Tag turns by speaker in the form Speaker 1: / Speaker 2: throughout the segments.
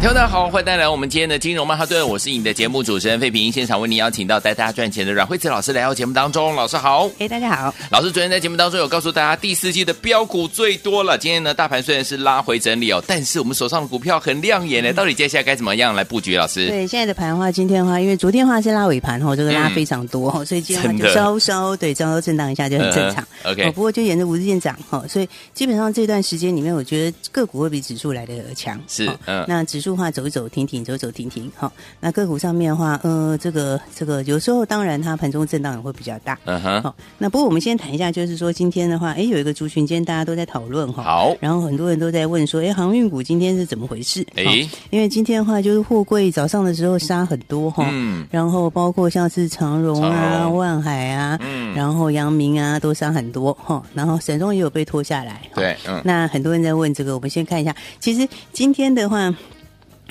Speaker 1: 听众大家好，欢迎带来我们今天的金融曼哈顿，我是你的节目主持人费平，现场为你邀请到带大家赚钱的阮慧慈老师来到节目当中，老师好。
Speaker 2: 哎，大家好。
Speaker 1: 老师昨天在节目当中有告诉大家，第四季的标股最多了。今天呢，大盘虽然是拉回整理哦，但是我们手上的股票很亮眼呢。到底接下来该怎么样来布局？老师，
Speaker 2: 对，现在的盘的话，今天的话，因为昨天的话是拉尾盘哦，这个拉
Speaker 1: 嗯
Speaker 2: 非常多哦，所以今天的话
Speaker 1: 真的
Speaker 2: 就稍稍对稍稍震荡一下就很正常。
Speaker 1: 嗯哼，OK
Speaker 2: 哦不过就沿着五日线涨哦，所以基本上这段时间里面，我觉得个股会比指数来的强。
Speaker 1: 是
Speaker 2: 哦
Speaker 1: 嗯
Speaker 2: 那指数的话走一走停停，走一走停停。好，那个股上面的话，呃，这个这个有时候当然它盘中震荡也会比较大。
Speaker 1: 嗯哼，
Speaker 2: 好，那不过我们先谈一下，就是说今天的话，哎，有一个族群，今天大家都在讨论哈。
Speaker 1: 好
Speaker 2: 然后很多人都在问说，哎，航运股今天是怎么回事？
Speaker 1: 哎
Speaker 2: 哈因为今天的话，就是货柜早上的时候杀很多哈，
Speaker 1: 嗯
Speaker 2: 然后包括像是长荣
Speaker 1: 长
Speaker 2: 啊、
Speaker 1: 荣
Speaker 2: 万海啊，
Speaker 1: 嗯，
Speaker 2: 然后阳明啊都杀很多哈，然后沈中也有被拖下来。哈
Speaker 1: 对，嗯
Speaker 2: 那很多人在问这个，我们先看一下。其实今天的话，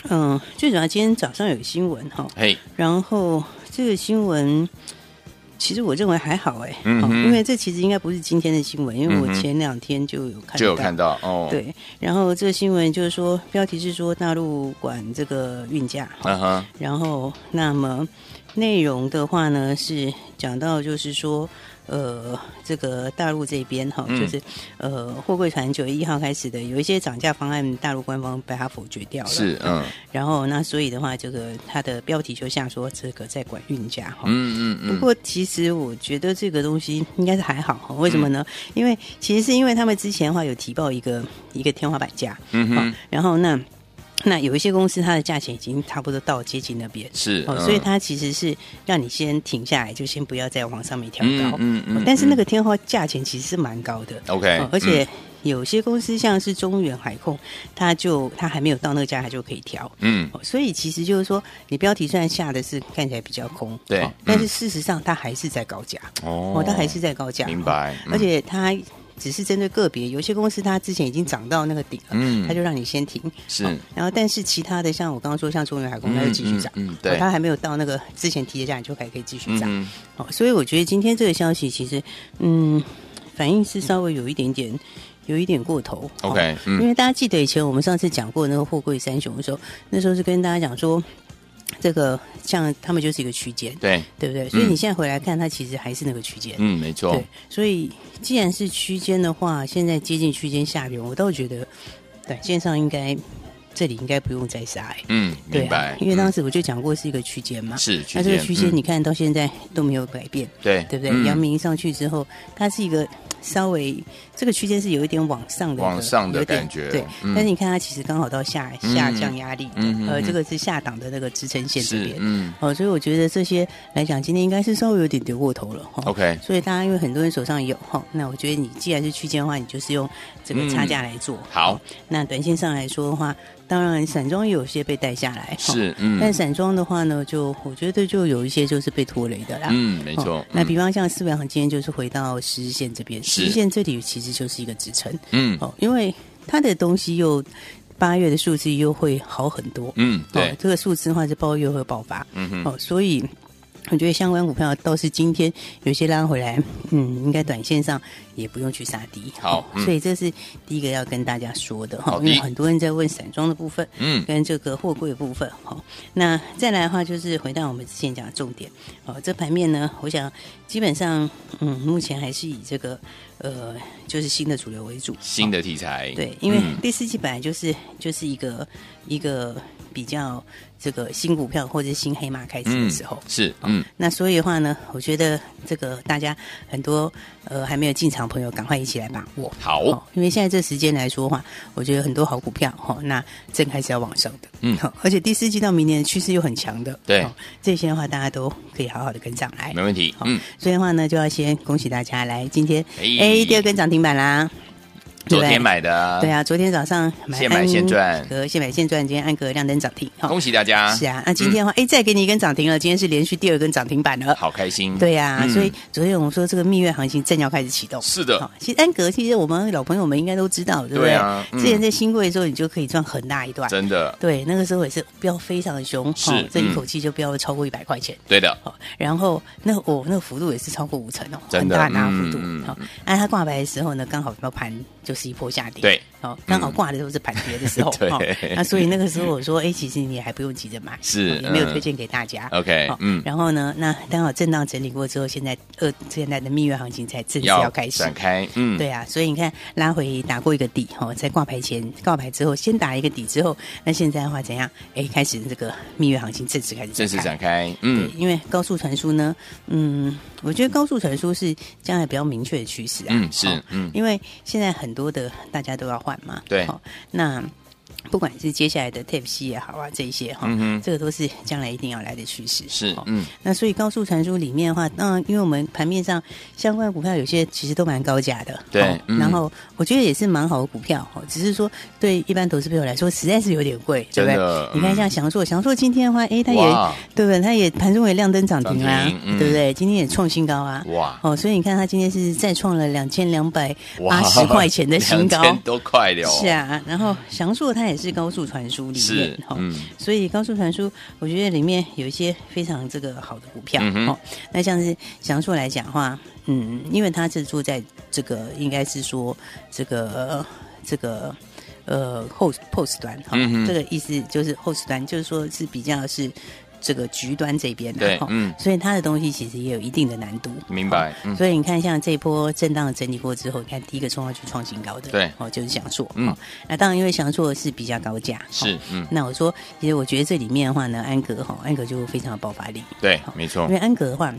Speaker 2: 嗯，最主要今天早上有新闻哈，
Speaker 1: 嘿，
Speaker 2: 然后这个新闻，其实我认为还好哎、
Speaker 1: 嗯
Speaker 2: 哦
Speaker 1: 哼
Speaker 2: 因为这其实应该不是今天的新闻，因为我
Speaker 1: 嗯哼
Speaker 2: 前两天就有看到
Speaker 1: 就有看到哦，，
Speaker 2: 对，然后这个新闻就是说，标题是说大陆管这个运价，
Speaker 1: 嗯哼，
Speaker 2: 然后那么内容的话呢是讲到就是说。呃，这个大陆这边哈，
Speaker 1: 嗯
Speaker 2: 就是、呃，货柜船九月一号开始的，有一些涨价方案，大陆官方把它否决掉了。
Speaker 1: 是，嗯
Speaker 2: 然后那所以的话，这个它的标题就像说这个在管运价哈。
Speaker 1: 嗯嗯
Speaker 2: 不
Speaker 1: 嗯，
Speaker 2: 过其实我觉得这个东西应该是还好哈，为什么呢？因为其实是因为他们之前的话有提报一个一个天花板价，
Speaker 1: 嗯
Speaker 2: 好
Speaker 1: 哼，
Speaker 2: 然后那那有一些公司它的价钱已经差不多到接近那边，
Speaker 1: 是，
Speaker 2: 哦，
Speaker 1: 嗯
Speaker 2: 所以它其实是让你先停下来，就先不要再往上面调
Speaker 1: 嗯
Speaker 2: 高。
Speaker 1: 嗯
Speaker 2: 哦
Speaker 1: 嗯，
Speaker 2: 但是那
Speaker 1: 个
Speaker 2: 个天花价钱其实是蛮高的，
Speaker 1: OK，嗯
Speaker 2: 哦而且有些公司像是中远海控，它就它还没有到那个价，它就可以调。
Speaker 1: 嗯，
Speaker 2: 哦所以其实就是说，你标题虽然下的是看起来比较空，
Speaker 1: 对
Speaker 2: 哦但是
Speaker 1: 嗯
Speaker 2: 事实上它还是在高价，
Speaker 1: 嗯哦
Speaker 2: 哦，它还是在高价，
Speaker 1: 明
Speaker 2: 哦。
Speaker 1: 白，嗯
Speaker 2: 而且它只是针对个别，有些公司它之前已经涨到那个顶了，
Speaker 1: 嗯
Speaker 2: 它就让你先停。
Speaker 1: 是
Speaker 2: 哦然后但是其他的像我刚刚说，像中原海控，
Speaker 1: 嗯
Speaker 2: 它就继续涨，
Speaker 1: 嗯嗯
Speaker 2: 哦
Speaker 1: 对
Speaker 2: 它还没有到那个之前提的价，你就还可以继续
Speaker 1: 嗯
Speaker 2: 涨。
Speaker 1: 哼
Speaker 2: 哦，所以我觉得今天这个消息其实，嗯，反应是稍微有一点点，有一点过头。哦
Speaker 1: OK，嗯
Speaker 2: 因为大家记得以前我们上次讲过那个货柜三雄的时候，那时候是跟大家讲说，这个像他们就是一个区间，
Speaker 1: 对，
Speaker 2: 对不对？所以你现在回来看，它其实还是那个区间。
Speaker 1: 嗯，没错
Speaker 2: 对，，所以既然是区间的话，现在接近区间下缘，我倒觉得短线上应该这里应该不用再杀、欸。
Speaker 1: 嗯，
Speaker 2: 对
Speaker 1: 明
Speaker 2: 啊
Speaker 1: 白，，
Speaker 2: 因为当
Speaker 1: 嗯
Speaker 2: 时我就讲过是一个区间嘛，
Speaker 1: 是区
Speaker 2: 那这个
Speaker 1: 间
Speaker 2: 区间
Speaker 1: 嗯
Speaker 2: 你看到现在都没有改变，
Speaker 1: 对
Speaker 2: 对不
Speaker 1: 嗯
Speaker 2: 对？阳明上去之后，它是一个稍微这个区间是有一点往上的一个，
Speaker 1: 往上的
Speaker 2: 有点
Speaker 1: 感觉
Speaker 2: 对。
Speaker 1: 嗯
Speaker 2: 但是你看它其实刚好到下
Speaker 1: 嗯
Speaker 2: 下降压力的，
Speaker 1: 嗯嗯
Speaker 2: 呃，
Speaker 1: 嗯
Speaker 2: 这个是下档的那个支撑线这
Speaker 1: 是
Speaker 2: 边。
Speaker 1: 嗯
Speaker 2: 哦，所以我觉得这些来讲，今天应该是稍微有点跌过头了哦哈。
Speaker 1: ，OK，
Speaker 2: 所以大家因为很多人手上有哈，那我觉得你既然是区间的话，你就是用这个差价来做。
Speaker 1: 嗯好，
Speaker 2: 那短线上来说的话，当然散装也有些被带下来，哈
Speaker 1: 是嗯，
Speaker 2: 但散装的话呢，就我觉得就有一些就是被拖累的啦。
Speaker 1: 嗯，没
Speaker 2: 没
Speaker 1: 错，
Speaker 2: 哦那比方像四维行今天就是回到十日线这边，
Speaker 1: 是
Speaker 2: 十日线这里其实就是一个支撑
Speaker 1: 嗯
Speaker 2: 哦，因为它的东西又八月的数字又会好很多，
Speaker 1: 嗯，
Speaker 2: 哦
Speaker 1: 对，，
Speaker 2: 这个数字的话是八月会爆发，
Speaker 1: 嗯哼，
Speaker 2: 哦，所以我觉得相关股票倒是今天有些拉回来，嗯，应该短线上也不用去杀低。
Speaker 1: 好
Speaker 2: 哦
Speaker 1: 嗯
Speaker 2: 所以这是第一个要跟大家说的哈
Speaker 1: 好，的
Speaker 2: 因为很多人在问散装的部分
Speaker 1: 嗯
Speaker 2: 跟这个货柜的部分哈。那再来的话，就是回到我们之前讲的重点哦，这盘面呢，我想基本上嗯，目前还是以这个呃，就是新的主流为主。
Speaker 1: 新的题材，
Speaker 2: 对，因为
Speaker 1: 嗯
Speaker 2: 第四季本来就是就是一个一个比较这个新股票或者是新黑马开始的时候。哦
Speaker 1: 是嗯
Speaker 2: 那所以的话呢，我觉得这个大家很多呃还没有进场的朋友，赶快一起来把握。
Speaker 1: 好，
Speaker 2: 哦，因为现在这时间来说的话，我觉得很多好股票哈、哦，那正开始要往上的，
Speaker 1: 嗯
Speaker 2: 好，而且第四季到明年的趋势又很强的，哦
Speaker 1: 对
Speaker 2: 这些的话大家都可以好好的跟上来
Speaker 1: 没。问题，
Speaker 2: 好
Speaker 1: 嗯，
Speaker 2: 所以的话呢，就要先恭喜大家来今天
Speaker 1: 哎
Speaker 2: 哎第二根涨停板啦，对
Speaker 1: 昨天买的，
Speaker 2: 对，啊，昨天早上
Speaker 1: 现买现赚
Speaker 2: 安格现买现赚，今天安格亮灯涨停，哈
Speaker 1: 恭喜大嗯家，
Speaker 2: 是啊，那今天的话，哎、再给你一根涨停了，今天是连续第二根涨停板了。
Speaker 1: 好开心，
Speaker 2: 对啊呀、
Speaker 1: 嗯
Speaker 2: 所以昨天我们说这个蜜月行情正要开始启动。
Speaker 1: 是的
Speaker 2: 好其实安格，其实我们老朋友们应该都知道，对不对？
Speaker 1: 对啊嗯
Speaker 2: 之前在新贵的时候，你就可以赚很大一段。
Speaker 1: 真的，
Speaker 2: 对，那个时候也是飙非常凶，
Speaker 1: 是
Speaker 2: 哦这一
Speaker 1: 嗯
Speaker 2: 口气就飙了超过一百块钱。
Speaker 1: 对的，
Speaker 2: 哦，然后那个哦，那个幅度也是超过五成哦，
Speaker 1: 真
Speaker 2: 很
Speaker 1: 的
Speaker 2: 大很大的幅度。好、
Speaker 1: 嗯嗯
Speaker 2: 哦，按它挂牌的时候呢，刚好那盘就是一波下跌，
Speaker 1: 对，，
Speaker 2: 哦，刚好挂的时候是盘跌的时候
Speaker 1: 对
Speaker 2: 哦，那所以那个时候我说，哎，其实你也还不用急着买，
Speaker 1: 是
Speaker 2: 哦也没有
Speaker 1: 嗯
Speaker 2: 推荐给大家。
Speaker 1: OK，
Speaker 2: 好
Speaker 1: 嗯
Speaker 2: 然后呢，那刚好震荡整理过之后，现在呃，现在的蜜月行情才正式要
Speaker 1: 要
Speaker 2: 开始
Speaker 1: 展。开，嗯，
Speaker 2: 对啊，所以你看拉回打过一个底哦，在挂牌前、挂牌之后，先打一个底之后，那现在的话怎样？哎，开始这个蜜月行情正式开始，
Speaker 1: 正式展开，嗯
Speaker 2: 对，，因为高速传输呢，嗯，我觉得高速传输是将来比较明确的趋势啊。
Speaker 1: 嗯是
Speaker 2: 哦
Speaker 1: 嗯
Speaker 2: 因为现在很多的大家都要换嘛。
Speaker 1: 对
Speaker 2: 哦，那不管是接下来的 Type C 也好啊，这一些哈、
Speaker 1: 嗯哼
Speaker 2: 这个都是将来一定要来的趋势。
Speaker 1: 是
Speaker 2: 哦，
Speaker 1: 嗯，
Speaker 2: 那所以高速传输里面的话，当然因为我们盘面上相关的股票有些其实都蛮高价的，
Speaker 1: 对
Speaker 2: 哦
Speaker 1: 嗯
Speaker 2: 然后我觉得也是蛮好的股票，哦，只是说对一般投资朋友来说实在是有点贵，对
Speaker 1: 真
Speaker 2: 不对
Speaker 1: 的？嗯
Speaker 2: 你看像翔硕，翔硕今天的话，哎，它也
Speaker 1: 哇
Speaker 2: 对不对？它也盘中也亮灯涨停啦、
Speaker 1: 涨停嗯
Speaker 2: 对不对？今天也创新高啊，
Speaker 1: 哇，
Speaker 2: 哦，所以你看它今天是再创了两千两百
Speaker 1: 哇
Speaker 2: 八十块钱的新高，
Speaker 1: 2000多块了哦，
Speaker 2: 是啊，然后翔硕它也是高速传输里面哦
Speaker 1: 是，
Speaker 2: 哈、
Speaker 1: 嗯
Speaker 2: 所以高速传输，我觉得里面有一些非常这个好的股票，
Speaker 1: 嗯哼
Speaker 2: 哦，那像是翔硕来讲的话，嗯，因为它是住在这个应该是说这个、呃这个。呃，host POS 端哈、
Speaker 1: 嗯哼
Speaker 2: 这个意思就是 host 端，就是说是比较是这个局端这边的
Speaker 1: 对
Speaker 2: 哈、
Speaker 1: 嗯
Speaker 2: 所以它的东西其实也有一定的难度。
Speaker 1: 明白
Speaker 2: 哦
Speaker 1: 嗯
Speaker 2: 所以你看，像这一波震荡整理过之后，你看第一个冲上去创新高的，
Speaker 1: 对
Speaker 2: 哦，就是翔硕，
Speaker 1: 嗯
Speaker 2: 哦那当然，因为翔硕是比较高价，
Speaker 1: 是
Speaker 2: 哦
Speaker 1: 嗯，
Speaker 2: 那我说，其实我觉得这里面的话呢，安格哈，安格就非常有爆发力，
Speaker 1: 对
Speaker 2: 好，
Speaker 1: 没错
Speaker 2: 因，为安格的话。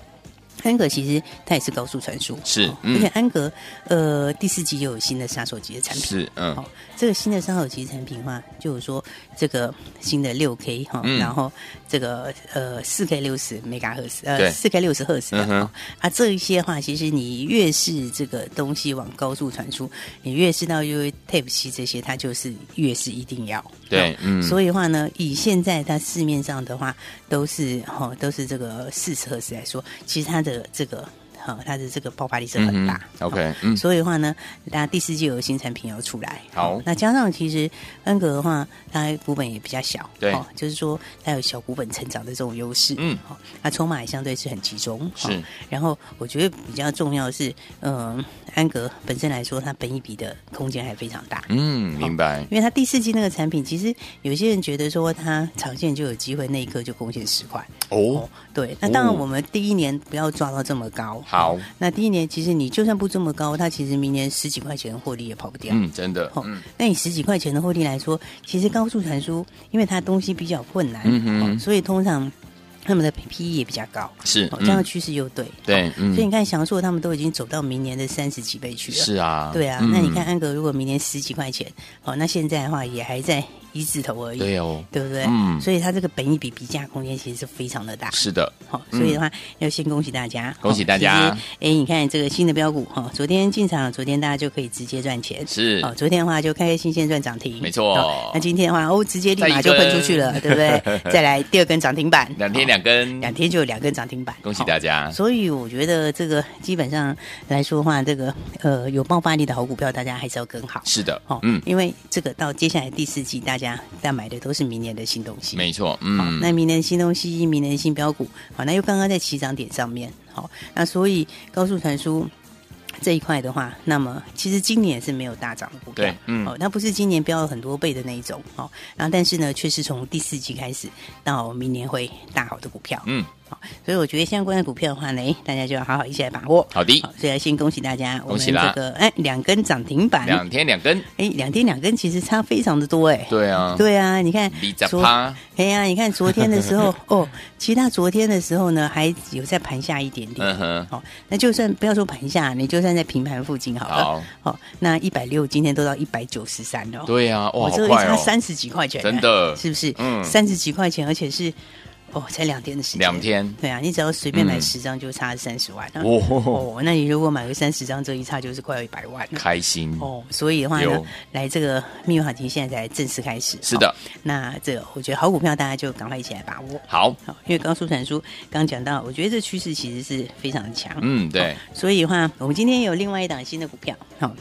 Speaker 2: 安格其实它也是高速传输，
Speaker 1: 是
Speaker 2: 哦
Speaker 1: 嗯
Speaker 2: 而且安格呃第四季又有新的杀手级的产品，
Speaker 1: 是嗯
Speaker 2: 好、，这个新的三手级产品的话，就是说这个新的六 K 哈、
Speaker 1: 嗯
Speaker 2: 然后这个呃四 K 六十 m 赫兹，
Speaker 1: 对
Speaker 2: 呃四 K 六十赫兹的、
Speaker 1: 嗯哼
Speaker 2: 哦啊，这一些的话，其实你越是这个东西往高速传输，你越是到 U Type C 这些，它就是越是一定要
Speaker 1: 对
Speaker 2: 哦
Speaker 1: 嗯
Speaker 2: 所以的话呢，以现在它市面上的话，都是哈、哦都是这个四十赫兹来说，其实它的这个。哈、它的这个爆发力是很
Speaker 1: 嗯
Speaker 2: 大、
Speaker 1: 哼，OK，嗯，
Speaker 2: 所以的话呢，那第四季有新产品要出来。
Speaker 1: 好
Speaker 2: 哦那加上其实恩格的话，它股本也比较小，哦
Speaker 1: 对
Speaker 2: 就是说它有小股本成长的这种优势。
Speaker 1: 嗯
Speaker 2: 哦，那筹码也相对是很集中。哦
Speaker 1: 是
Speaker 2: 然后我觉得比较重要的是，嗯、安格本身来说，它本一比的空间还非常大。
Speaker 1: 嗯，明白，
Speaker 2: 因为它第四季那个产品，其实有些人觉得说它长线就有机会，那一刻就贡献十块。
Speaker 1: 哦，
Speaker 2: 对，那当然
Speaker 1: 哦
Speaker 2: 我们第一年不要抓到这么高。
Speaker 1: 好
Speaker 2: 哦那第一年其实你就算不这么高，它其实明年十几块钱获利也跑不掉。
Speaker 1: 嗯，真的，
Speaker 2: 哦
Speaker 1: 嗯，
Speaker 2: 那以十几块钱的获利来说，其实高速传输，因为它东西比较困难，哦
Speaker 1: 嗯哼
Speaker 2: 所以通常他们的 PE 也比较高，
Speaker 1: 是
Speaker 2: 哦，这样的
Speaker 1: 嗯，
Speaker 2: 趋势又对。
Speaker 1: 对，嗯
Speaker 2: 所以，你看翔硕他们都已经走到明年的三十几倍去了。
Speaker 1: 是啊，
Speaker 2: 对啊，
Speaker 1: 嗯
Speaker 2: 那你看，安格如果明年十几块钱，哦，那现在的话也还在一字头而已，
Speaker 1: 对哦，
Speaker 2: 对不对？
Speaker 1: 嗯
Speaker 2: 所以它这个本益比比价空间其实是非常的大。
Speaker 1: 是的，
Speaker 2: 好、所以的话、要先恭喜大家，
Speaker 1: 恭喜大家
Speaker 2: 哦其实哎，你看这个新的标股哈、哦，昨天进场，昨天大家就可以直接赚钱。
Speaker 1: 是
Speaker 2: 哦，昨天的话就开开心心赚涨停，哦
Speaker 1: 没错
Speaker 2: 那今天的话，哦，直接立马
Speaker 1: 再
Speaker 2: 就
Speaker 1: 一根
Speaker 2: 喷出去了，对 不对？再来第二根涨停板，
Speaker 1: 两天
Speaker 2: 哦
Speaker 1: 两根，
Speaker 2: 两天就有两根涨停板，哦
Speaker 1: 恭喜
Speaker 2: 家。
Speaker 1: 大家，
Speaker 2: 所以我觉得这个基本上来说的话，这个呃有爆发力的好股票，大家还是要跟好。
Speaker 1: 是的
Speaker 2: 哦，，
Speaker 1: 嗯，
Speaker 2: 因为这个到接下来第四季，大家在买的都是明年的新东西。
Speaker 1: 没错，
Speaker 2: 好，
Speaker 1: 嗯，
Speaker 2: 那明年的新东西，明年的新标股，好，那又刚刚在起涨点上面，好，那所以高速传输。这一块的话，那么其实今年也是没有大涨的股票
Speaker 1: 对，嗯
Speaker 2: 哦，它不是今年飙了很多倍的那一种，哦，然后但是呢，却是从第四季开始到明年会大好的股票，
Speaker 1: 嗯，
Speaker 2: 好，所以我觉得相关的股票的话呢，诶大家就要好好一起来把握。
Speaker 1: 好的
Speaker 2: 好，所以要先恭喜大家，我
Speaker 1: 嗯恭
Speaker 2: 们
Speaker 1: 喜啦
Speaker 2: 这个哎两根涨停板，
Speaker 1: 两天两根，
Speaker 2: 哎两天两根其实差非常的多哎，
Speaker 1: 对啊，
Speaker 2: 对啊，你看
Speaker 1: 离着
Speaker 2: 昨
Speaker 1: 趴，
Speaker 2: 哎呀，你看昨天的 时候，哦，其实他昨天的时候呢，还有在盘下一点点。
Speaker 1: 嗯哼，
Speaker 2: 哦，那就算不要说盘下，你就算在平盘附近好了。
Speaker 1: 好，
Speaker 2: 哦，那一百六今天都到一百九十三了哦。
Speaker 1: 对啊，哇，
Speaker 2: 我
Speaker 1: 好
Speaker 2: 这个
Speaker 1: 快
Speaker 2: 差
Speaker 1: 哦，
Speaker 2: 三十几块钱，
Speaker 1: 真的
Speaker 2: 是不是？
Speaker 1: 嗯
Speaker 2: 三十几块钱，而且是哦，才两天的时间，
Speaker 1: 两天
Speaker 2: 对啊，你只要随便买
Speaker 1: 嗯
Speaker 2: 十张就差三十万啊。
Speaker 1: 哦，
Speaker 2: 哦，那你如果买个三十张，这一差就是快要一百万了。
Speaker 1: 开心，
Speaker 2: 哦，所以的话呢
Speaker 1: 有，
Speaker 2: 来这个密码话题现在才正式开始。
Speaker 1: 是的
Speaker 2: 哦，那这个我觉得好股票大家就赶快一起来把握。
Speaker 1: 好，
Speaker 2: 好，因为高速传输刚讲到，我觉得这趋势其实是非常强。
Speaker 1: 嗯，对，
Speaker 2: 所以的话，我们今天有另外一档新的股票，好、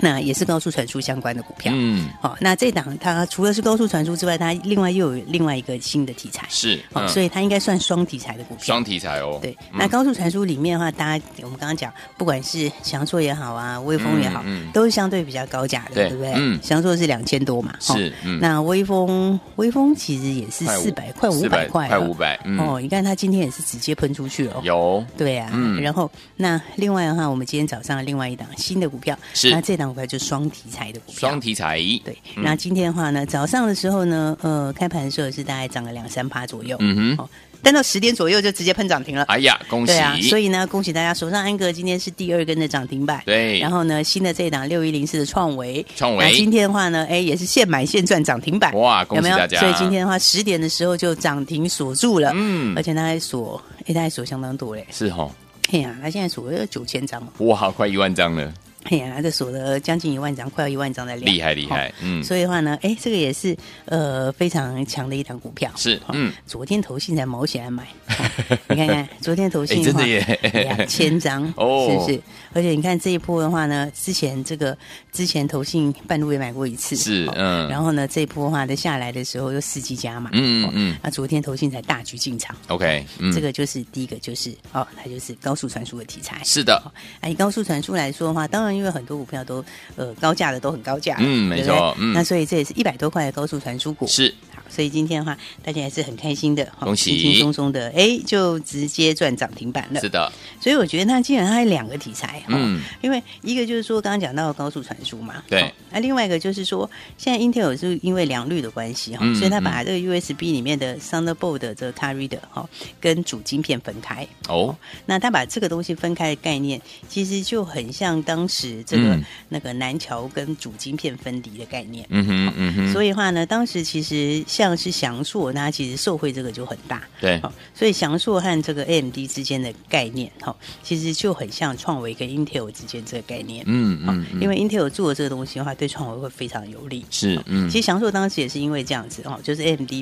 Speaker 2: 那也是高速传输相关的股票。
Speaker 1: 嗯，
Speaker 2: 好、那这档它除了是高速传输之外，它另外又有另外一个新的题材，
Speaker 1: 是，
Speaker 2: 好、
Speaker 1: 嗯，
Speaker 2: 所以它应该算双题材的股票
Speaker 1: 双。题材哦，
Speaker 2: 对，
Speaker 1: 嗯
Speaker 2: 那高速传输里面的话，大家我们刚刚讲，不管是翔硕也好啊，微风也好，
Speaker 1: 嗯嗯
Speaker 2: 都是相对比较高价的，
Speaker 1: 对
Speaker 2: 对不对？
Speaker 1: 嗯
Speaker 2: 翔硕是两千多嘛，哦
Speaker 1: 是，嗯，
Speaker 2: 那微风，微风其实也是
Speaker 1: 快五
Speaker 2: 四百快五百
Speaker 1: 400
Speaker 2: 块了，
Speaker 1: 快五百，嗯，
Speaker 2: 哦，你看它今天也是直接喷出去了哦。
Speaker 1: 有
Speaker 2: 对啊，
Speaker 1: 嗯
Speaker 2: 然后那另外的话，我们今天早上另外一档新的股票，
Speaker 1: 是
Speaker 2: 那这档股票就是双题材的股票。
Speaker 1: 双题材，
Speaker 2: 对，
Speaker 1: 嗯
Speaker 2: 那今天的话呢，早上的时候呢，呃，开盘的时候是大概涨了两三趴左右，
Speaker 1: 嗯哼，
Speaker 2: 哦，但到十点左右就直接喷涨停了。
Speaker 1: 哎呀，恭
Speaker 2: 对
Speaker 1: 喜
Speaker 2: 啊，，所以呢，恭喜大家手上安格今天是第二根的涨停板。
Speaker 1: 对
Speaker 2: 然后呢，新的这一档六一零四的创维，
Speaker 1: 创
Speaker 2: 那今
Speaker 1: 维，
Speaker 2: 天的话呢，哎，也是现买现赚涨停板。
Speaker 1: 哇，恭喜大家，
Speaker 2: 所以今天的呃话，十点的时候就涨停锁住了，
Speaker 1: 嗯
Speaker 2: 而且它还锁，哎，它还锁相当多嘞，
Speaker 1: 是哦，
Speaker 2: 哎呀，它现在锁了九千张哦，
Speaker 1: 哇，快一万张了，
Speaker 2: 哎呀，这锁了将近一万张，快要一万张在量
Speaker 1: 厉害厉害
Speaker 2: 哦，
Speaker 1: 嗯，
Speaker 2: 所以的话呢，哎，这个也是呃非常强的一档股票。
Speaker 1: 是
Speaker 2: 哦
Speaker 1: 嗯，
Speaker 2: 昨天投信才毛起来买， 哦你看看昨天投信
Speaker 1: 哎
Speaker 2: 的
Speaker 1: 真
Speaker 2: 话
Speaker 1: 的耶
Speaker 2: 两千张，
Speaker 1: 哦
Speaker 2: 是不是？而且你看这一波的话呢，之前这个之前投信半路也买过一次，
Speaker 1: 是
Speaker 2: 哦
Speaker 1: 嗯
Speaker 2: 然后呢这一波的话呢下来的时候又伺机加码，
Speaker 1: 嗯
Speaker 2: 哦
Speaker 1: 嗯
Speaker 2: 那昨天投信才大举进场，
Speaker 1: ，OK，嗯，
Speaker 2: 这个就是第一个就是哦，它就是高速传输的题材，
Speaker 1: 是的，
Speaker 2: 哎，以高速传输来说的话，当然因为很多股票都呃高价的都很高价，
Speaker 1: 嗯
Speaker 2: 对
Speaker 1: 没
Speaker 2: 不
Speaker 1: 错
Speaker 2: 对
Speaker 1: 嗯
Speaker 2: 那所以这也是一百多块的高速传输股。
Speaker 1: 是
Speaker 2: 好，所以今天的话，大家还是很开心的，哦
Speaker 1: 恭喜
Speaker 2: 轻轻松松的，哎，就直接赚涨停板了
Speaker 1: 是。的，
Speaker 2: 所以我觉得它基本上还有两个题材，哦
Speaker 1: 嗯，
Speaker 2: 因为一个就是说刚刚讲到的高速传输嘛，
Speaker 1: 对
Speaker 2: 哦那、另外一个就是说，现在 Intel 是因为良率的关系哈、
Speaker 1: 嗯
Speaker 2: 所以它把这个 USB 里面的 Thunderbolt 的这个 c a r r y 的哈、哦跟主晶片分开，
Speaker 1: 哦，
Speaker 2: 那他把这个东西分开的概念，其实就很像当时这个、
Speaker 1: 嗯
Speaker 2: 那个南桥跟主晶片分离的概念。
Speaker 1: 嗯哼嗯哼，
Speaker 2: 所
Speaker 1: 以
Speaker 2: 以的话呢，当时其实像是翔硕，那它其实受惠这个就很大。
Speaker 1: 对
Speaker 2: 好，所以翔硕和这个 AMD 之间的概念，哈，其实就很像创维跟 Intel 之间这个概念。
Speaker 1: 嗯
Speaker 2: 好
Speaker 1: 嗯，嗯
Speaker 2: 因为 Intel 做的这个东西的话，对创维会非常有利。
Speaker 1: 是嗯
Speaker 2: 其实翔硕当时也是因为这样子哦，就是 AMD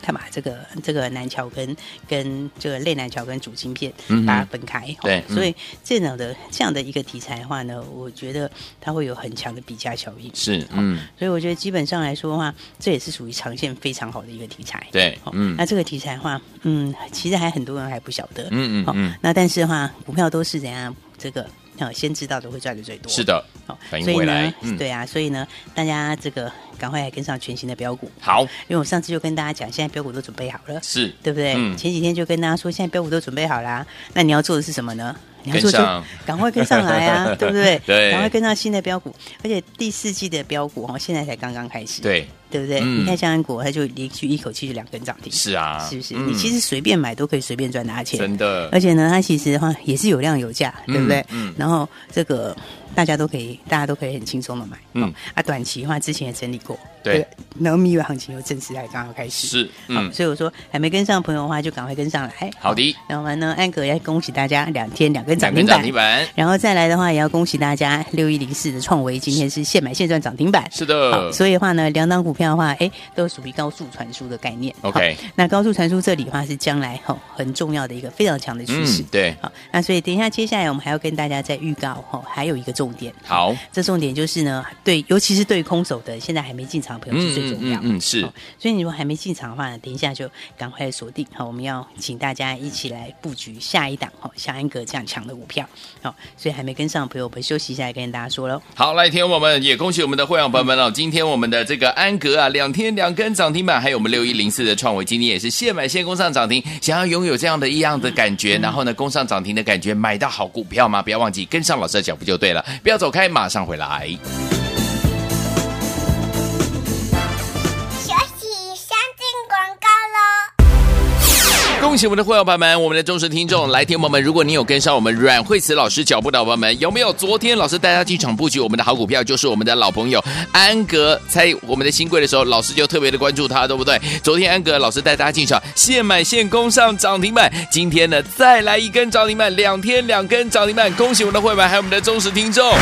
Speaker 2: 他把这个这个南桥跟跟这个类南桥跟主晶片
Speaker 1: 嗯哼
Speaker 2: 把它分开，哦
Speaker 1: 对嗯
Speaker 2: 所以这样的这样的一个题材的话呢，我觉得它会有很强的比价效应。
Speaker 1: 是嗯
Speaker 2: 所以我觉得基本上来说的话，这也是属于长线非常好的一个题材。
Speaker 1: 对
Speaker 2: 哦
Speaker 1: 嗯
Speaker 2: 那这个题材的话，嗯，其实还很多人还不晓得。
Speaker 1: 嗯嗯
Speaker 2: 哦
Speaker 1: 嗯，
Speaker 2: 那但是的话，股票都是怎样这个。呃，先知道的会赚的最多。
Speaker 1: 是的，
Speaker 2: 好，
Speaker 1: 反应
Speaker 2: 所以
Speaker 1: 未
Speaker 2: 呢
Speaker 1: 来嗯
Speaker 2: 对啊，所以呢，大家这个赶快来跟上全新的标股，
Speaker 1: 好
Speaker 2: 因为我上次就跟大家讲，现在标股都准备好了，
Speaker 1: 是
Speaker 2: 对不对？
Speaker 1: 嗯
Speaker 2: 前几天就跟大家说，现在标股都准备好啦，那你要做的是什么呢？你要
Speaker 1: 跟
Speaker 2: 做就
Speaker 1: 上
Speaker 2: 赶快跟上来啊，对不对？
Speaker 1: 对
Speaker 2: 赶快跟上新的标股，而且第四季的标股哦，现在才刚刚开始，
Speaker 1: 对
Speaker 2: 对不对？
Speaker 1: 嗯
Speaker 2: 你看像安国，它就连续一口气就两根涨停，
Speaker 1: 是啊，
Speaker 2: 是不是？
Speaker 1: 嗯
Speaker 2: 你其实随便买都可以随便赚大钱，
Speaker 1: 真的
Speaker 2: 而且呢，它其实的话也是有量有价，对不对？
Speaker 1: 嗯
Speaker 2: 然后这个大家都可以，大家都可以很轻松的买。
Speaker 1: 嗯
Speaker 2: 哦啊，短期的话之前也整理过，
Speaker 1: 对
Speaker 2: 不，然后蜜月行情又正式才刚刚开始，
Speaker 1: 是
Speaker 2: 嗯、
Speaker 1: 嗯
Speaker 2: 所以我说还没跟上的朋友的话，就赶快跟上来。
Speaker 1: 好的，
Speaker 2: 然后呢，安格也恭喜大家两天两根涨
Speaker 1: 两根
Speaker 2: 停板
Speaker 1: 涨，停板
Speaker 2: 然后再来的话，也要恭喜大家六一零四的创维今天是现买现赚涨停板。
Speaker 1: 是
Speaker 2: 好，
Speaker 1: 的，
Speaker 2: 所以的话呢，两档股票的话，哎，都属于高速传输的概念。
Speaker 1: OK
Speaker 2: 好那高速传输这里的话是将来哈、哦很重要的一个非常强的趋势
Speaker 1: 嗯。对
Speaker 2: 好，那所以等一下接下来我们还要跟大家再预告哈、哦还有一个重点。
Speaker 1: 好
Speaker 2: 这重点就是呢，对，尤其是对空手的现在还没进场的朋友是最
Speaker 1: 嗯
Speaker 2: 重
Speaker 1: 嗯
Speaker 2: 要。
Speaker 1: 嗯是
Speaker 2: 好所以你如果还没进场的话呢，等一下就赶快锁定。好，我们要请大家一起来布局下一档哦，像安格这样强的股票。好，所以还没跟上的朋友，我们休息一下，跟大家说喽。
Speaker 1: 好，来，听我们也恭喜我们的会员朋友们哦。今天我们的这个安格啊，两天两根涨停板，还有我们六一零四的创维，今天也是现买现攻上涨停。想要拥有这样的一样的感觉，然后呢，攻上涨停的感觉，买到好股票嘛，不要忘记跟上老师的脚步就对了。不要走开，马上回来。
Speaker 3: 学习先进广告喽。
Speaker 1: 恭恭喜我们的会员朋友们，我们的忠实听众，来天宝们，如果你有跟上我们阮慧慈老师脚步的伙伴们，有没有昨天老师带大家进场布局我们的好股票，就是我们的老朋友安格，在我们的新贵的时候，老师就特别的关注他，对不对？昨天安格老师带大家进场，现买现攻上涨停板，今天呢再来一根涨停板，两天两根涨停板，恭喜我们的会员们，还有我们的忠实听众，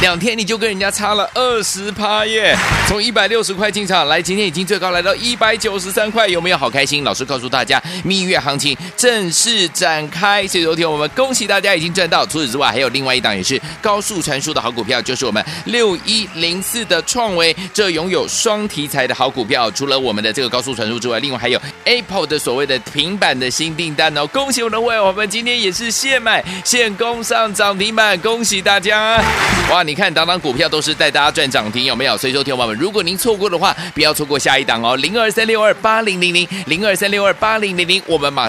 Speaker 1: 两天你就跟人家差了二十趴耶，从一百六十块进场来，今天已经最高来到一百九十三块，有没有好开心？老师告诉大家，蜜月行情正式展开，所以昨天我们恭喜大家已经赚到。除此之外，还有另外一档也是高速传输的好股票，就是我们六一零四的创维，这拥有双题材的好股票。除了我们的这个高速传输之外，另外还有 Apple 的所谓的平板的新订单哦，恭喜我们的会员，我们今天也是现买现攻上涨停板，恭喜大家！哇，你看，当当股票都是带大家赚涨停，有没有？所以说，听众朋友们，如果您错过的话，不要错过下一档哦，零二三六二八零零零零二三六二八零零零，我们马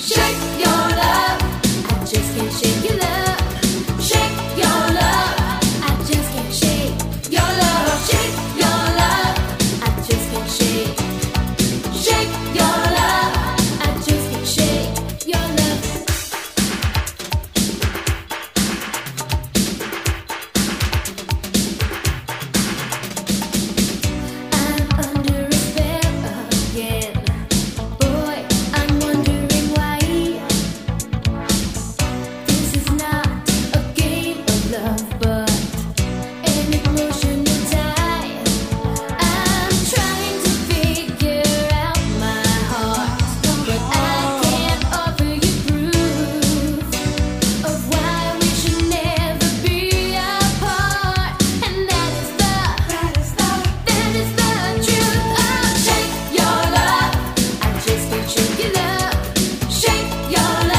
Speaker 4: Shake your love, I just can't shake your love. Shake your love, I just can't shake your love. Shake your love, I just can't shake. Shake your love, I just can't shake your love. 'Cause I'm under a spell again. Boy, I Oh,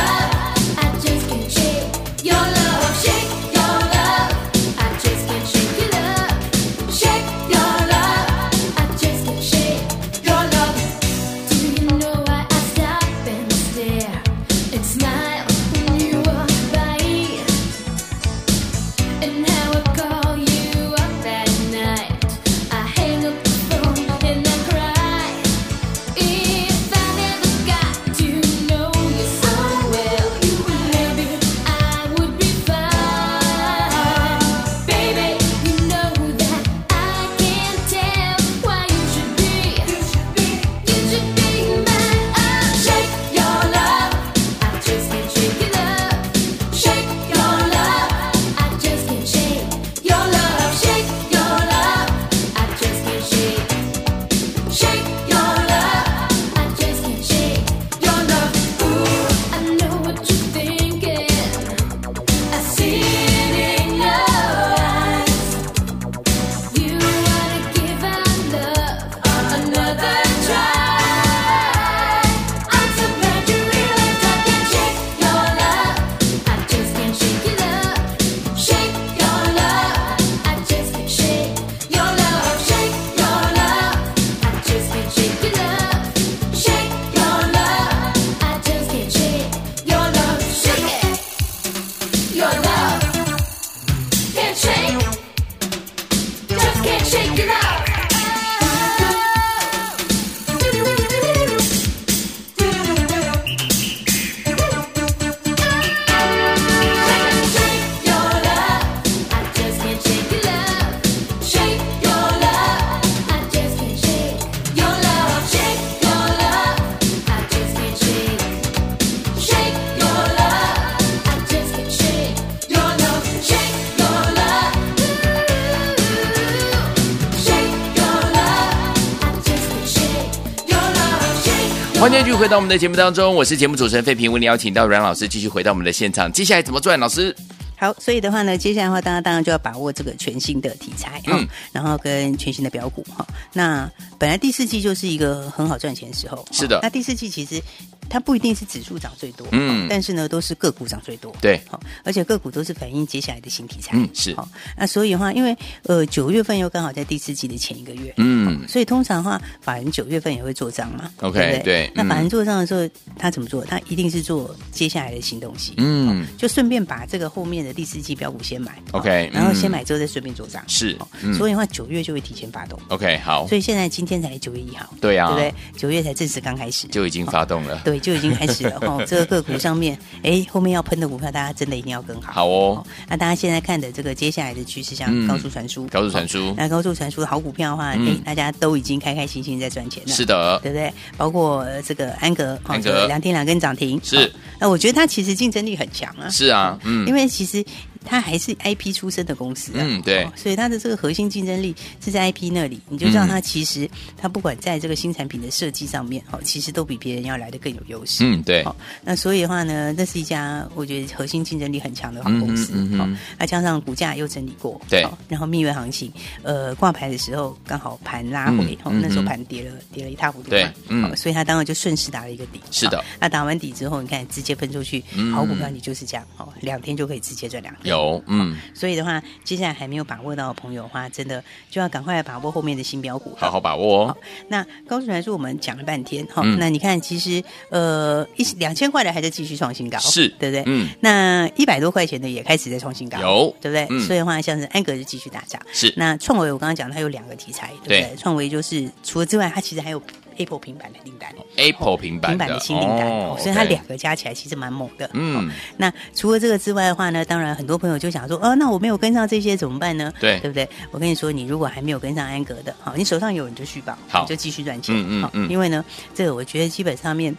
Speaker 1: 欢迎继续回到我们的节目当中，我是节目主持人费平，为您邀请到阮老师继续回到我们的现场。接下来怎么赚，老师？
Speaker 2: 好，所以的话呢，接下来的话，大家当然就要把握这个全新的题材哈、
Speaker 1: 嗯
Speaker 2: 然后跟全新的标股哈、那本来第四季就是一个很好赚钱的时候，哦
Speaker 1: 是的
Speaker 2: 那第四季其实它不一定是指数涨最多，
Speaker 1: 嗯
Speaker 2: 但是呢都是个股涨最多，
Speaker 1: 对
Speaker 2: 好，而且个股都是反映接下来的新题材，
Speaker 1: 嗯是
Speaker 2: 好，那所以的话，因为呃九月份又刚好在第四季的前一个月，
Speaker 1: 嗯，
Speaker 2: 所以通常的话，法人九月份也会做账嘛
Speaker 1: OK，
Speaker 2: 对不
Speaker 1: 对
Speaker 2: 那
Speaker 1: 嗯
Speaker 2: 法人做账的时候，他怎么做？他一定是做接下来的新东西，
Speaker 1: 嗯
Speaker 2: 哦就顺便把这个后面的第四季标股先买
Speaker 1: OK，
Speaker 2: 哦然后
Speaker 1: 嗯
Speaker 2: 先买之后再顺便做账，
Speaker 1: 是
Speaker 2: 哦
Speaker 1: 嗯
Speaker 2: 所以的话，九月就会提前发动，
Speaker 1: OK，好，
Speaker 2: 所以现在今天才九月一号，
Speaker 1: 对啊
Speaker 2: 对不对？九月才正式刚开始，
Speaker 1: 就已经发动了。
Speaker 2: 对，就已经开始 了哦。这个个股上面，哎，后面要喷的股票，大家真的一定要跟好。
Speaker 1: 好哦，
Speaker 2: 那大家现在看的这个接下来的趋势，
Speaker 1: 嗯
Speaker 2: 像高速传输，
Speaker 1: 高速传输
Speaker 2: 哦那高速传输的好股票的话，哎、
Speaker 1: 嗯
Speaker 2: 大家都已经开开心心在赚钱了。
Speaker 1: 是。的，
Speaker 2: 对不对？包括呃这个安格，
Speaker 1: 安格
Speaker 2: 有两天两根涨停，
Speaker 1: 是
Speaker 2: 哦那我觉得它其实竞争力很强啊，
Speaker 1: 是啊，嗯，
Speaker 2: 因为其实它还是 IP 出身的公司、啊，
Speaker 1: 嗯对
Speaker 2: 所以它的这个核心竞争力是在 IP 那里，你就知
Speaker 1: 嗯
Speaker 2: 道它其实它不管在这个新产品的设计上面，哦，其实都比别人要来的更有优势，
Speaker 1: 嗯对
Speaker 2: 好、哦那所以的话呢，那是一家我觉得核心竞争力很强的好公司，
Speaker 1: 嗯哼嗯
Speaker 2: 好、
Speaker 1: 哼
Speaker 2: 那加上股价又整理过，
Speaker 1: 对
Speaker 2: 好然后蜜月行情，呃，挂牌的时候刚好盘拉回
Speaker 1: 嗯，
Speaker 2: 哦、
Speaker 1: 嗯哼
Speaker 2: 那时候盘跌了跌了一塌糊涂嘛，
Speaker 1: 对嗯
Speaker 2: 好所以它当然就顺势打了一个底，
Speaker 1: 是的嗯
Speaker 2: 好那打完底之后，你看直接喷出去，好股票你就是这样，哦，两天就可以直接赚两天，
Speaker 1: 有，嗯，
Speaker 2: 所以的话，接下来还没有把握到的朋友的话，真的就要赶快把握后面的新标股了，
Speaker 1: 好好把握哦
Speaker 2: 好。那高速传输我们讲了半天，哈、
Speaker 1: 嗯
Speaker 2: 那你看其实呃一两千块的还在继续创新高，
Speaker 1: 是
Speaker 2: 对不对？
Speaker 1: 嗯
Speaker 2: 那一百多块钱的也开始在创新高，
Speaker 1: 有
Speaker 2: 对不对？
Speaker 1: 嗯
Speaker 2: 所以的话，像是安格就继续打涨，
Speaker 1: 是
Speaker 2: 那创维我刚刚讲它有两个题材，对不对？
Speaker 1: 对
Speaker 2: 创维就是除了之外，它其实还有 Apple 平板的订单。
Speaker 1: Apple 平板
Speaker 2: 哦平板的新订单，
Speaker 1: 哦
Speaker 2: 哦所以它
Speaker 1: OK
Speaker 2: 两个加起来其实蛮猛的。
Speaker 1: 嗯
Speaker 2: 哦那除了这个之外的话呢，当然很多朋友就想说，哦，那我没有跟上这些怎么办呢？
Speaker 1: 对
Speaker 2: 对不对？我跟你说，你如果还没有跟上安格的，好，你手上有你就续保，
Speaker 1: 好
Speaker 2: 你就继续赚钱。
Speaker 1: 嗯嗯
Speaker 2: 好
Speaker 1: 嗯
Speaker 2: 因为呢，这个我觉得基本上面。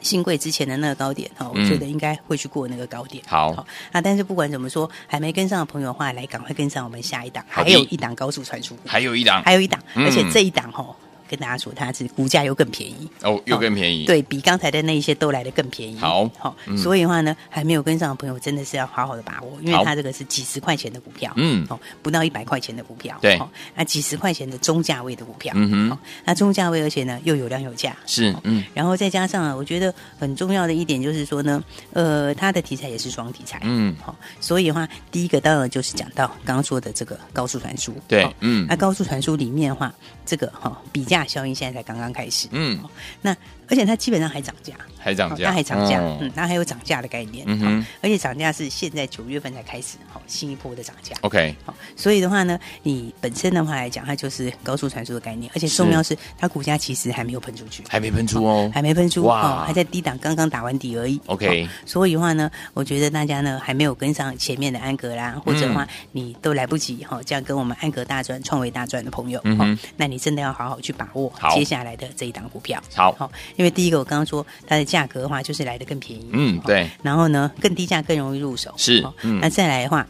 Speaker 2: 新贵之前的那个高点哈，我
Speaker 1: 嗯
Speaker 2: 觉得应该会去过那个高点。
Speaker 1: 好
Speaker 2: 那但是不管怎么说，还没跟上的朋友的话，来赶快跟上我们下一档，
Speaker 1: 好
Speaker 2: 还
Speaker 1: 的
Speaker 2: 有一档高速传输股，
Speaker 1: 还有一档，
Speaker 2: 还有一档，
Speaker 1: 嗯
Speaker 2: 而且这一档哈，跟大家说它是股价又更便宜，
Speaker 1: 哦，又更便宜，，
Speaker 2: 对比刚才的那一些都来的更便宜。
Speaker 1: 好
Speaker 2: 好、
Speaker 1: 嗯
Speaker 2: 所以的话呢，还没有跟上的朋友，真的是要好好的把握，因
Speaker 1: 好
Speaker 2: 为它这个是几十块钱的股票，
Speaker 1: 嗯
Speaker 2: 哦，不到一百块钱的股票，
Speaker 1: 对
Speaker 2: 哦，那几十块钱的中价位的股票，
Speaker 1: 嗯哼
Speaker 2: 哦，那中价位，而且呢又有量有价。
Speaker 1: 是，嗯
Speaker 2: 然后再加上啊，我觉得很重要的一点就是说呢，呃，它的题材也是双题材，
Speaker 1: 嗯，
Speaker 2: 好、所以的话，第一个当然就是讲到刚刚说的这个高速传输，
Speaker 1: 对
Speaker 2: 哦，
Speaker 1: 嗯
Speaker 2: 那高速传输里面的话，这个哈、哦比价效应现在才刚刚开始，
Speaker 1: 嗯，
Speaker 2: 那而且它基本上还涨价，
Speaker 1: 还涨
Speaker 2: 哦
Speaker 1: 价，
Speaker 2: 它还涨价，
Speaker 1: 哦
Speaker 2: 嗯，它还有涨价的概念，
Speaker 1: 嗯哼
Speaker 2: 好而且涨价是现在九月份才开始，好，新一波的涨价。
Speaker 1: ，OK，
Speaker 2: 好，所以的话呢，你本身的话来讲，它就是高速传输的概念，而且重要是它股价其实还没有喷出去，
Speaker 1: 还没喷出哦，
Speaker 2: 还没喷出，
Speaker 1: 哇
Speaker 2: 哦，还在低档，刚刚打完底而已。
Speaker 1: OK
Speaker 2: 好所以的话呢，我觉得大家呢还没有跟上前面的安格啦，或者的话
Speaker 1: 嗯
Speaker 2: 你都来不及哈，哦这样跟我们安格大赚、创维大赚的朋友，
Speaker 1: 嗯哼
Speaker 2: 哦那你真的要好好去把握
Speaker 1: 好
Speaker 2: 接下来的这一档股票。
Speaker 1: 好，
Speaker 2: 好，因为第一个我刚刚说它的价格的话，就是来的更便宜，
Speaker 1: 嗯
Speaker 2: 哦
Speaker 1: 对
Speaker 2: 然后呢，更低价更容易入手，
Speaker 1: 是
Speaker 2: 哦
Speaker 1: 嗯
Speaker 2: 那再来的话。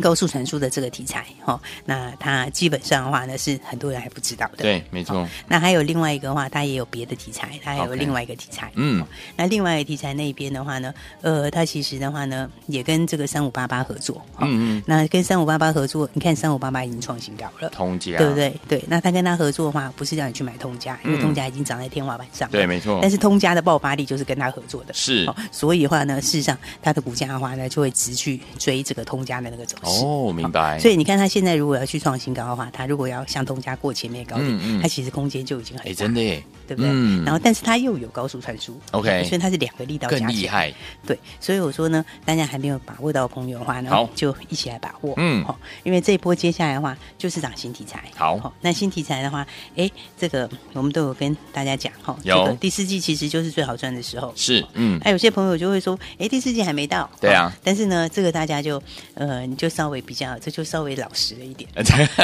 Speaker 2: 高速传输的这个题材，哈、哦，那它基本上的话呢，是很多人还不知道的。
Speaker 1: 对，没错
Speaker 2: 哦，那还有另外一个的话，它也有别的题材，它还有
Speaker 1: OK
Speaker 2: 另外一个题材。
Speaker 1: 嗯
Speaker 2: 哦那另外一个题材那一边的话呢，呃，它其实的话呢，也跟这个三五八八合作。哦、
Speaker 1: 嗯嗯，
Speaker 2: 那跟三五八八合作，你看三五八八已经创新高了。
Speaker 1: 通家，
Speaker 2: 对不？对？对，那他跟他合作的话，不是叫你去买通家，因为
Speaker 1: 嗯
Speaker 2: 通家已经涨在天花板上了。
Speaker 1: 对没错
Speaker 2: 但是通家的爆发力就是跟他合作的，哦
Speaker 1: 是
Speaker 2: 所以的话呢，事实上它的股价的话呢，就会直去追这个通家的那个走势。
Speaker 1: 哦，明白，
Speaker 2: 所以你看，它现在如果要去创新高的话，它如果要向通家过前面的高点，
Speaker 1: 嗯嗯
Speaker 2: 它其实空间就已经很大，
Speaker 1: 哎，真的耶，
Speaker 2: 对不对？
Speaker 1: 嗯
Speaker 2: 然后，但是它又有高速传输
Speaker 1: OK
Speaker 2: 所以它是两个力道加起
Speaker 1: 更
Speaker 2: 来
Speaker 1: 厉害，
Speaker 2: 对，所以我说呢，大家还没有把握到的朋友的话呢
Speaker 1: 好，
Speaker 2: 就一起来把握。
Speaker 1: 嗯
Speaker 2: 好，因为这一波接下来的话就是涨新题材。
Speaker 1: 好
Speaker 2: 哦那新题材的话，哎，这个我们都有跟大家讲哈，
Speaker 1: 有
Speaker 2: 这个第四季其实就是最好赚的时候。哎
Speaker 1: 是，嗯，
Speaker 2: 那有些朋友就会说，哎，第四季还没到，
Speaker 1: 对啊
Speaker 2: 哦但是呢，这个大家就呃，你就稍微比较，这就稍微老实了一点。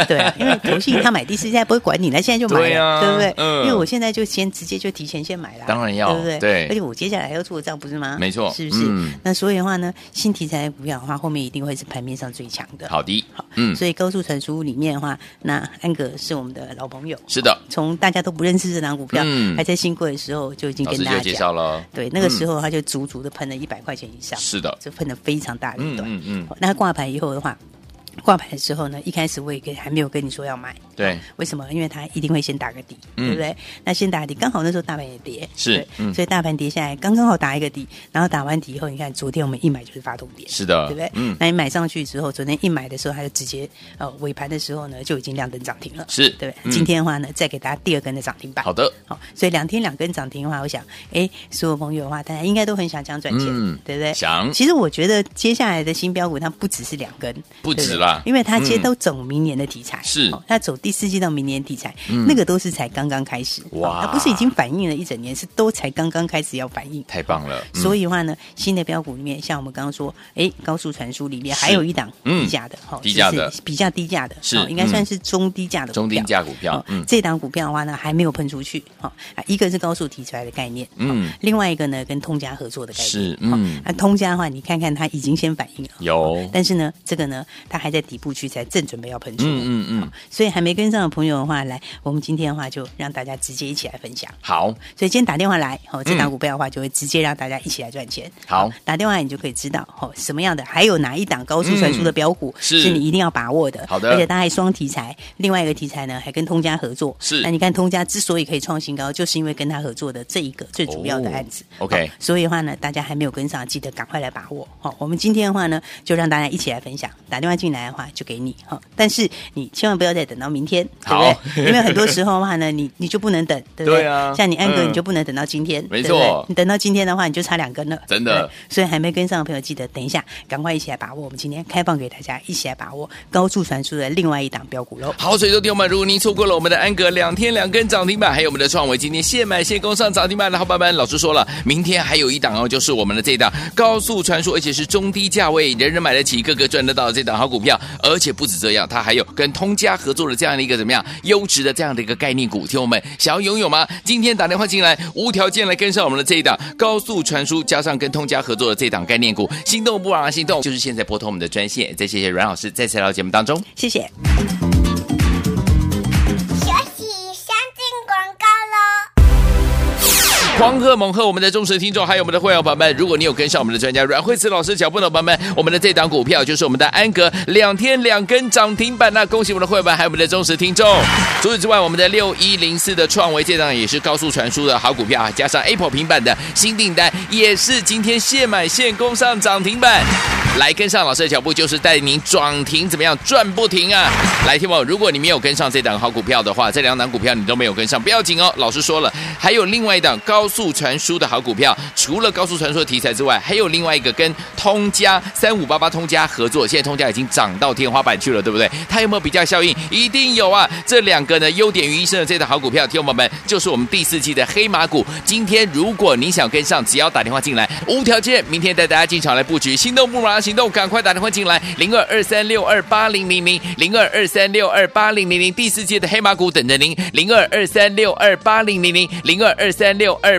Speaker 2: 对啊，因为投信他买第四现在不会管你了，现在就买了，
Speaker 1: 对啊
Speaker 2: 不对？
Speaker 1: 嗯
Speaker 2: 因为我现在就先直接就提前先买了，啊
Speaker 1: 当然要
Speaker 2: 对不对？
Speaker 1: 对
Speaker 2: 而且我接下来要做账，不是吗？
Speaker 1: 没错
Speaker 2: 是不是？
Speaker 1: 嗯
Speaker 2: 那所以的话呢，新题材股票的话，后面一定会是盘面上最强的。
Speaker 1: 好的
Speaker 2: 好，，
Speaker 1: 嗯，
Speaker 2: 所以高速传输里面的话，那安格是我们的老朋友，
Speaker 1: 是的，
Speaker 2: 从大家都不认识这档股票，
Speaker 1: 嗯
Speaker 2: 还在新贵的时候就已经
Speaker 1: 老
Speaker 2: 跟
Speaker 1: 师
Speaker 2: 大
Speaker 1: 就
Speaker 2: 家
Speaker 1: 介
Speaker 2: 讲
Speaker 1: 绍了，
Speaker 2: 对，那个时候它就足足的喷了一百块钱以上，
Speaker 1: 是的，
Speaker 2: 就喷的非常大的一段。
Speaker 1: 嗯嗯嗯
Speaker 2: 好哦那挂牌以后的话，挂牌的时候呢，一开始我也跟还没有跟你说要买，
Speaker 1: 对，
Speaker 2: 为什么？因为它一定会先打个底，
Speaker 1: 嗯
Speaker 2: 对不对？那先打底，刚好那时候大盘也跌，
Speaker 1: 是
Speaker 2: 对
Speaker 1: 嗯
Speaker 2: 所以大盘跌下来，刚刚好打一个底，然后打完底以后，你看昨天我们一买就是发动点。
Speaker 1: 是的，
Speaker 2: 对不对？
Speaker 1: 嗯，
Speaker 2: 那你买上去之后，昨天一买的时候，它就直接呃尾盘的时候呢，就已经亮灯涨停了，
Speaker 1: 是
Speaker 2: 对不对？
Speaker 1: 嗯
Speaker 2: 今天的话呢，再给大家第二根的涨停板。
Speaker 1: 好的，
Speaker 2: 好、所以两天两根涨停的话，我想，哎，所有朋友的话，大家应该都很想讲赚钱，
Speaker 1: 嗯
Speaker 2: 对不对？
Speaker 1: 想
Speaker 2: 其实我觉得接下来的新标股，它不只是两根，
Speaker 1: 不止
Speaker 2: 对对
Speaker 1: 啦
Speaker 2: 因为它其实
Speaker 1: 嗯
Speaker 2: 都走明年的题材，
Speaker 1: 是嗯
Speaker 2: 哦它走第四季到明年题材，那个都是才刚刚开始，
Speaker 1: 哇
Speaker 2: 哦它不是已经反映了一整年，是都才刚刚开始要反映，
Speaker 1: 太棒了，嗯
Speaker 2: 所以的话呢，新的标股里面，像我们刚刚说，哎，高速传输里面还有一档
Speaker 1: 嗯
Speaker 2: 低价的，哈
Speaker 1: 低价的
Speaker 2: 就是比较低价的，
Speaker 1: 是
Speaker 2: 哦应该
Speaker 1: 嗯
Speaker 2: 算是中低价的股票
Speaker 1: 中低价股票
Speaker 2: 哦，
Speaker 1: 嗯
Speaker 2: 这档股票的话呢，还没有喷出去，哈，啊一个是高速提出来的概念，
Speaker 1: 嗯
Speaker 2: 哦，另外一个呢跟通家合作的概念，
Speaker 1: 是
Speaker 2: 哦
Speaker 1: 嗯
Speaker 2: 那通家的话，你看看它已经先反应了，
Speaker 1: 有，
Speaker 2: 但是呢，这个呢，它还在底部区，才正准备要喷出，
Speaker 1: 嗯嗯嗯，
Speaker 2: 所以还没跟上的朋友的话，来，我们今天的话就让大家直接一起来分享。
Speaker 1: 好，
Speaker 2: 所以今天打电话来，
Speaker 1: 嗯
Speaker 2: 哦，这档股票的话就会直接让大家一起来赚钱。
Speaker 1: 好
Speaker 2: 打电话来你就可以知道，哦，什么样的，还有哪一档高速传输的标股、
Speaker 1: 嗯是
Speaker 2: 你一定要把握的。
Speaker 1: 好的
Speaker 2: 而且它还双题材，另外一个题材呢还跟通家合作。
Speaker 1: 是
Speaker 2: 那你看通家之所以可以创新高，就是因为跟他合作的这一个最主要的案子。
Speaker 1: 哦，OK
Speaker 2: 好所以的话呢，大家还没有跟上，记得赶快来把握。好、我们今天的话呢，就让大家一起来分享。打电话进来的话就给你哈、哦但是你千万不要再等到明天，对不
Speaker 1: 好
Speaker 2: 对？因为很多时候的话呢，你你就不能 等，对不对？
Speaker 1: 对啊
Speaker 2: 像你安哥，
Speaker 1: 嗯
Speaker 2: 你就不能等到今天，
Speaker 1: 没
Speaker 2: 对不对
Speaker 1: 错
Speaker 2: 你等到今天的话，你就差两根了，
Speaker 1: 真的
Speaker 2: 对。所以还没跟上的朋友，记得等一下，赶快一起来把握。我们今天开放给大家一起来把握高速传输的另外一档标股喽。
Speaker 1: 好，所以说听我们，如果您错过了我们的安格两天两根涨停板，还有我们的创维今天现买现攻上涨停板的好伙伴们，老师说了，明天还有一档哦，就是我们的这档高速传输，而且是中低价位，人人买得起，个个赚得到的这档好股票。而且不止这样，它还有跟通家合作的这样的一个怎么样优质的这样的一个概念股，听我们想要拥有吗？今天打电话进来，无条件来跟上我们的这一档高速传输，加上跟通家合作的这档概念股，心动不枉心动，就是现在拨通我们的专线。再谢谢阮老师再次来到节目当中。
Speaker 2: 谢谢。
Speaker 5: 学习相进广告喽。
Speaker 1: 狂贺猛贺我们的忠实听众，还有我们的会员朋友们，如果你有跟上我们的专家阮慧慈老师脚步的朋友们，我们的这档股票就是我们的安格两天两根涨停板，那恭喜我们的会员，还有我们的忠实听众。除此之外，我们的六一零四的创维这档也是高速传输的好股票啊，加上 Apple 平板的新订单，也是今天现买现攻上涨停板。来跟上老师的脚步，就是带您涨停怎么样赚不停啊！来，听我，如果你没有跟上这档好股票的话，这两档股票你都没有跟上，不要紧哦。老师说了，还有另外一档高速传输的好股票，除了高速传输的题材之外，还有另外一个跟通家三五八八通家合作，现在通家已经涨到天花板去了，对不对？它有没有比较效应？一定有啊！这两个呢，优点于一身的这档好股票，听我们就是我们第四季的黑马股。今天如果你想跟上，只要打电话进来，无条件，明天带大家进场来布局，心动不马上行动，赶快打电话进来，零二二三六二八零零零，零二二三六二八零零零，第四季的黑马股等着您，零二二三六二八零零零，零二二三六二